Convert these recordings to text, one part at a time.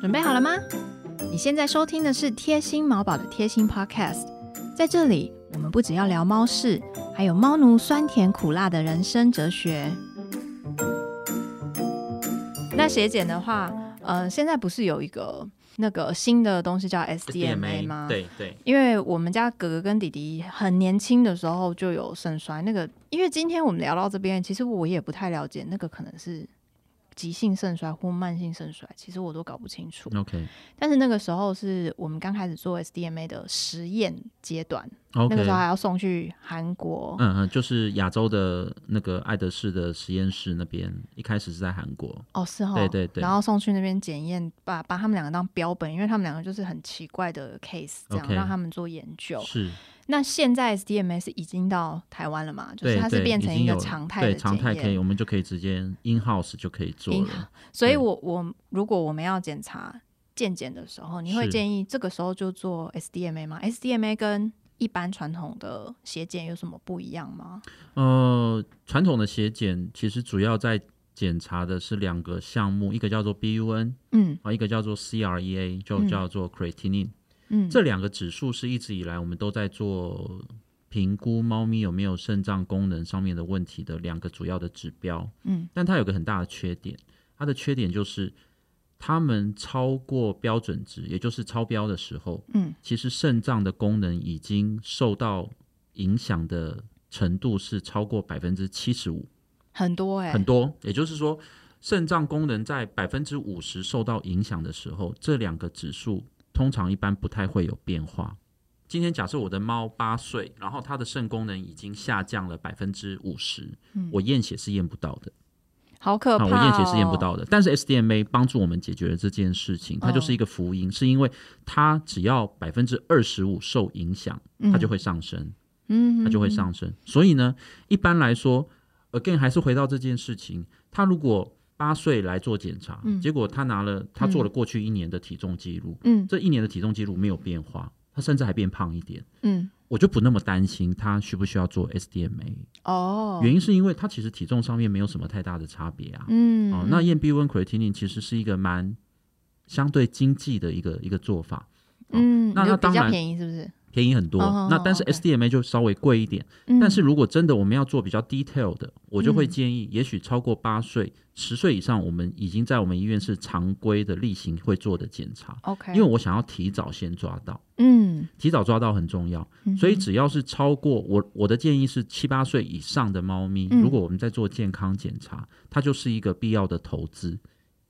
准备好了吗？你现在收听的是贴心毛宝的贴心 Podcast，在这里我们不只要聊猫事，还有猫奴酸甜苦辣的人生哲学。那写检的话，呃，现在不是有一个那个新的东西叫 SDMA 吗？对对，因为我们家哥哥跟弟弟很年轻的时候就有肾衰，那个因为今天我们聊到这边，其实我也不太了解，那个可能是急性肾衰或慢性肾衰，其实我都搞不清楚。 OK 但是那个时候是我们刚开始做 SDMA 的实验阶段， OK，那个时候还要送去韩国，嗯嗯，就是亚洲的那个爱德士的实验室那边，一开始是在韩国，哦是哈，对对对然后送去那边检验，把把他们两个当标本，因为他们两个就是很奇怪的 case，这样 OK 让他们做研究。是，那现在 SDMA 是已经到台湾了嘛？就是对它是对变成已经一个有常态的对常态检可以，验我们就可以直接 in house 就可以做 in- 了。所以对我我如果我们要检查健检的时候，你会是建议这个时候就做 SDMA 吗？SDMA 跟一般传统的血检有什么不一样吗？呃，传统的血检其实主要在检查的是两个项目，一个叫做 BUN 嗯啊，一个叫做 CREA，就嗯叫做 creatinine。嗯，这两个指数是一直以来我们都在做评估猫咪有没有肾脏功能上面的问题的两个主要的指标。嗯，但它有个很大的缺点，它的缺点就是它们超过标准值，也就是超标的时候，嗯，其实肾脏的功能已经受到影响的程度是超过百分之七十五，很多哎、很多。也就是说，肾脏功能在百分之五十受到影响的时候，这两个指数通常一般不太会有变化。今天假设我的猫八岁，然后它的肾功能已经下降了百分之五十，我验血是验不到的，好嗯可怕、啊哦我验血是验不。到的。但是 SDMA 帮助我们解决了这件事情，它就是一个福哦音，是因为它只要百分之二十五受影响，它就会上升。嗯，它就会上升。所以呢，一般来说，again 还是回到这件事情，他如果八岁来做检查，结果他拿了他做了过去一年的体重记录，嗯这一年的体重记录没有变化，他甚至还变胖一点，嗯我就不那么担心他需不需要做 SDMA。哦，原因是因为他其实体重上面没有什么太大的差别啊。嗯哦，那验 B1 creatinine 其实是一个蛮相对经济的一个一个做法，嗯，哦那你就那当比较然便宜是不是？便宜很多。哦那但是 OK SDMA 就稍微贵一点。嗯但是如果真的我们要做比较 detail 的，我就会建议，也许超过八岁、十岁以上，我们已经在我们医院是常规的例行会做的检查， OK，因为我想要提早先抓到，嗯，提早抓到很重要。嗯所以只要是超过我我的建议是七八岁以上的猫咪，嗯如果我们在做健康检查，它就是一个必要的投资。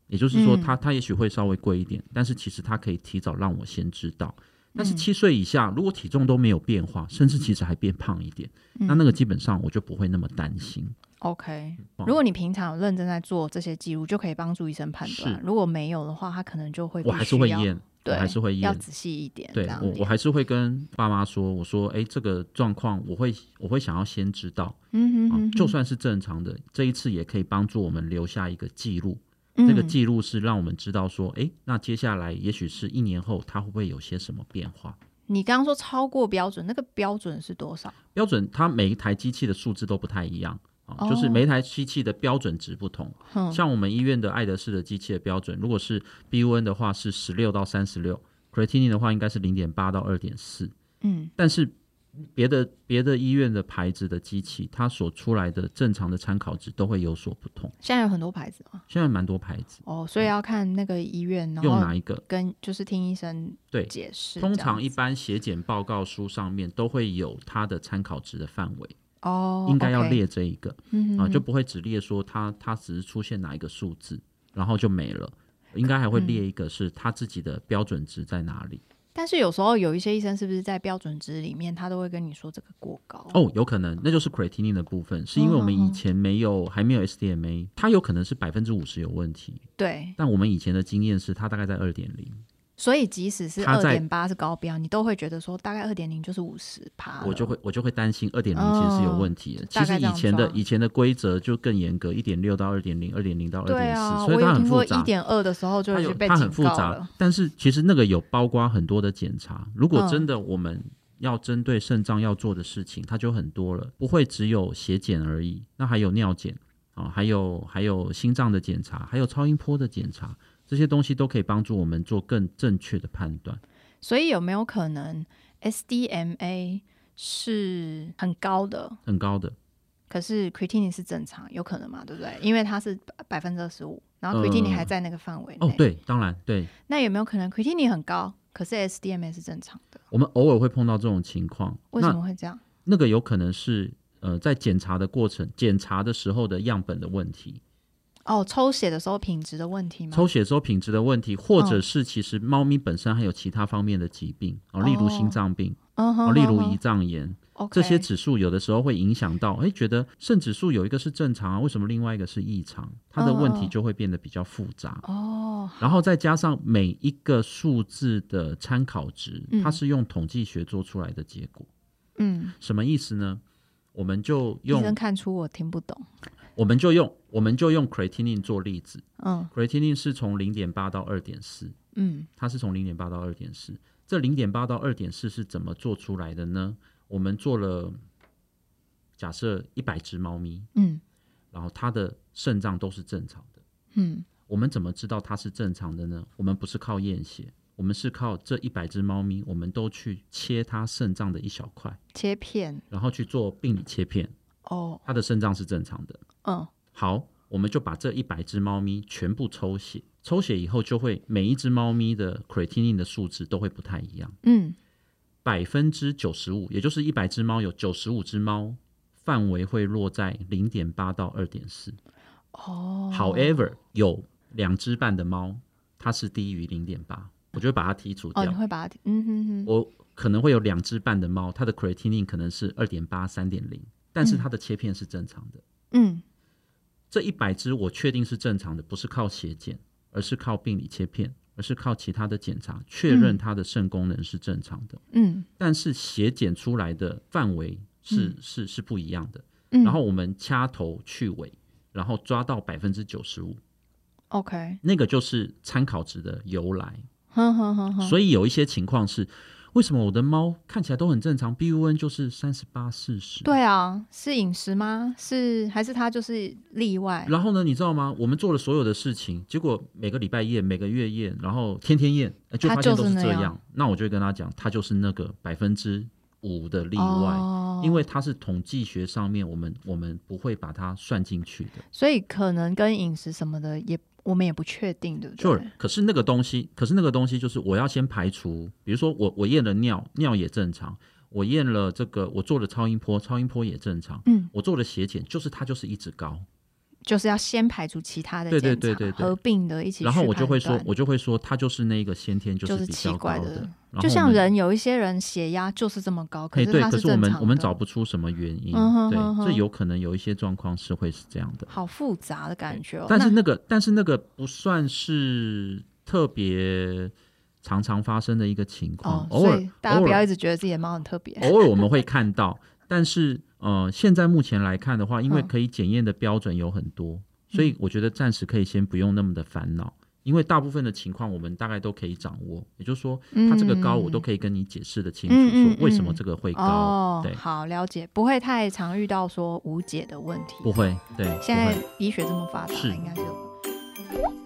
也就是说嗯它，它也许会稍微贵一点，但是其实它可以提早让我先知道。但是嗯七岁以下，如果体重都没有变化，甚至其实还变胖一点，嗯那那个基本上我就不会那么担心。 OK，如嗯果你平常有认真在做这些记录，就可以帮助医生判断。是如果没有的话，他可能就会必我还是须会要，验，我对，还是会要验。仔细一点。对这样我，我子还是会跟爸妈说，我说，哎，这个状况我会我会想要先知道，嗯哼啊哼，就算是正常的，这一次也可以帮助我们留下一个记嗯录。这个记录是让我们知道说，诶，那接下来也许是一年后，它会不会有些什么变化？你刚刚说超过标准，那个标准是多少？标准它每一台机器的数字都不太一样。啊，哦就是每一台机器的标准值不同，嗯像我们医院的爱德士的机器的标准，如果是 BUN 的话是十六到三十六，creatinine 的话应该是零点八到二点四，嗯但是别的别的医院的牌子的机器，它所出来的正常的参考值都会有所不同。现在有很多牌子嘛，现在蛮多牌子哦，所以要看那个医院，嗯然用后哪一个？跟就是听医生对，解释这样通子。常一般血检报告书上面都会有它的参考值的范围，哦，应该要 OK 列这一个嗯哼啊，就不会只列说它它只是出现哪一个数字，然后就没了。应该还会嗯列一个是它自己的标准值在哪里但是有时候有一些医生是不是在标准值里面，他都会跟你说这个过高？哦，有可能那就是 creatinine 的部分，是因为哦我们以前没有还没有 SDMA，它有可能是百分之五十有问题，对，但我们以前的经验是它大概在二点零，所以即使是他二在点八是高标，你都会觉得说大概二点零就是五十趴了，我就会我就会担心二点零其实是有问题的。哦大其概实这样以前的抓以前的规则就更严格，一点六到二点零，二点零到二对点啊，四，我所以它有很听过复一杂。点二的时候就它已有经被它很警复告杂了，，但是其实那个有包括很多的检查。如果嗯真的我们要针对肾脏要做的事情，它就很多了，不会只有血检而已，那还有尿检啊、还有还有心脏的检查，还有超音波的检查。这些东西都可以帮助我们做更正确的判断。所以有没有可能 SDMA 是很高的，很高的，可是 creatine 是正常，有可能嘛？对不对？因为它是百分之二十五，然后 creatine 还在那个范围内。哦，对，当然对，那有没有可能 creatine 很高，可是 SDMA 是正常的？我们偶尔会碰到这种情况。为什么会这样？那那个有可能是呃，在检查的过程，检查的时候的样本的问题，哦，抽血的时候品质的问题吗？抽血之后品质的问题，或者哦是其实猫咪本身还有其他方面的疾病哦，例如哦心脏病嗯哦哼，例如哼胰哼脏炎 OK 这些指数有的时候会影响到，哎，觉得肾指数有一个是正常啊，为什么另外一个是异常？它的问嗯题嗯就会变得比较复杂。哦，然后再加上每一个数字的参考值，嗯它是用统计学做出来的结果，嗯，什么意思呢？我们就医生用看出我听不懂，我们就用我们就用 creatinine 做例子嗯，creatinine 是从零点八到二点四，嗯它是从零点八到二点四，这零点八到二点四是怎么做出来的呢？我们做了假设一百只猫咪，嗯然后它的肾脏都是正常的。嗯，我们怎么知道它是正常的呢？我们不是靠验血，我们是靠这一百只猫咪，我们都去切它肾脏的一小块，切片然后去做病理切片，哦，它的肾脏是正常的。嗯好，我们就把这一百只猫咪全部抽血，抽血以后就会每一只猫咪的 creatinine 的数值都会不太一样。嗯百分之九十五，也就是一百只猫有九十五只猫，范围会落在零点八到二点四。哦 However，有两只半的猫，它是低于零点八，我就会把它剔除掉。哦，你会把它嗯哼哼，我可能会有两只半的猫，它的 creatinine 可能是二点八、三点零，但是它的切片是正常的。嗯这一百只我确定是正常的，不是靠血检，而是靠病理切片，而是靠其他的检查确认它的肾功能是正常的。嗯但是血检出来的范围是、是是不一样的。嗯，然后我们掐头去尾，然后抓到百分之九十五， OK，那个就是参考值的由来。哼哼哼哼，所以有一些情况是，为什么我的猫看起来都很正常，BUN 就是三十八、四十？。对啊，是饮食吗？是还是它就是例外？然后呢，你知道吗？我们做了所有的事情，结果每个礼拜验、每个月验，然后天天验，呃就它发现就都是是那这样样。那我就会跟他讲，他就是那个百分之五的例外。哦因为它是统计学上面，我们我们不会把它算进去的。所以可能跟饮食什么的也我们也不确定，对不对 Sure，可是那个东西，可是那个东西就是我要先排除，比如说我我验了尿，尿也正常，我验了这个，我做了超音波，超音波也正常，嗯，我做了血检，就是它就是一直高，就是要先排除其他的对检对查，对对对合并的一起去然判断。后我就会说，我就会说它就是那个先天就就是是比奇较怪高的然后就像我们人有一些人血压就是这么高，可哎，对，它可是是我正常们的。我们找不出什么原因，嗯哼对哼，这哼有可能有一些状况是会是这样的。好复杂的感觉哦。但是那那个，但是那个不算是特别常常发生的一个情况哦，，偶所尔以大家不偶要尔哦一直觉得自己的猫很特别。 偶尔我们会看到，但是呃，现在目前来看的话，因为嗯可以检验的标准有很多，所以我觉得暂时可以先不用那么的烦恼。因为大部分的情况我们大概都可以掌握，也就是说，它这个高我都可以跟你解释的清楚，嗯嗯嗯嗯说为什么这个会高，哦对，，好了解，不会太常遇到说无解的问题。不会，对，现不会在医学这么发达，是应该是有。